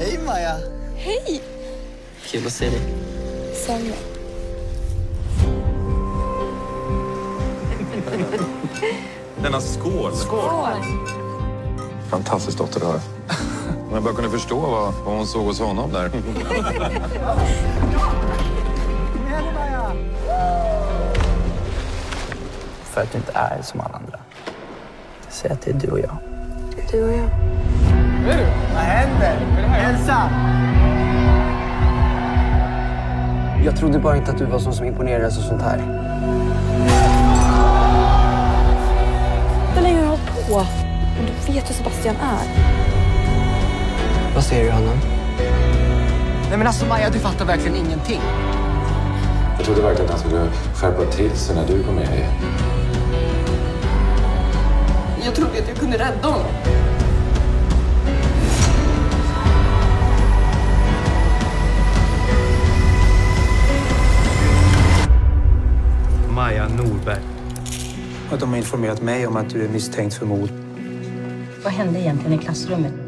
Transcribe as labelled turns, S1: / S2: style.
S1: Hej Maja!
S2: Hej!
S3: Kul att se dig.
S2: Samma.
S4: Denna skål.
S5: Fantastisk dotter du har. Man bara kunde förstå vad, vad hon såg hos honom där.
S3: För att du inte är som alla andra. Säg att det är du och jag.
S2: Du och jag.
S1: Vad händer? Hälsa!
S3: Jag trodde bara inte att du var sån som imponerades och sånt här.
S2: Hur länge har du hållit på? Men du vet hur Sebastian är.
S3: Vad ser du i honom?
S1: Nej men alltså Maja, du fattar verkligen ingenting.
S5: Jag trodde verkligen att han skulle skärpa till sig när du kom med.
S6: Jag trodde att jag kunde rädda honom.
S7: Maja Norberg. Att de har informerat mig om att du är misstänkt för mord.
S8: Vad hände egentligen i klassrummet?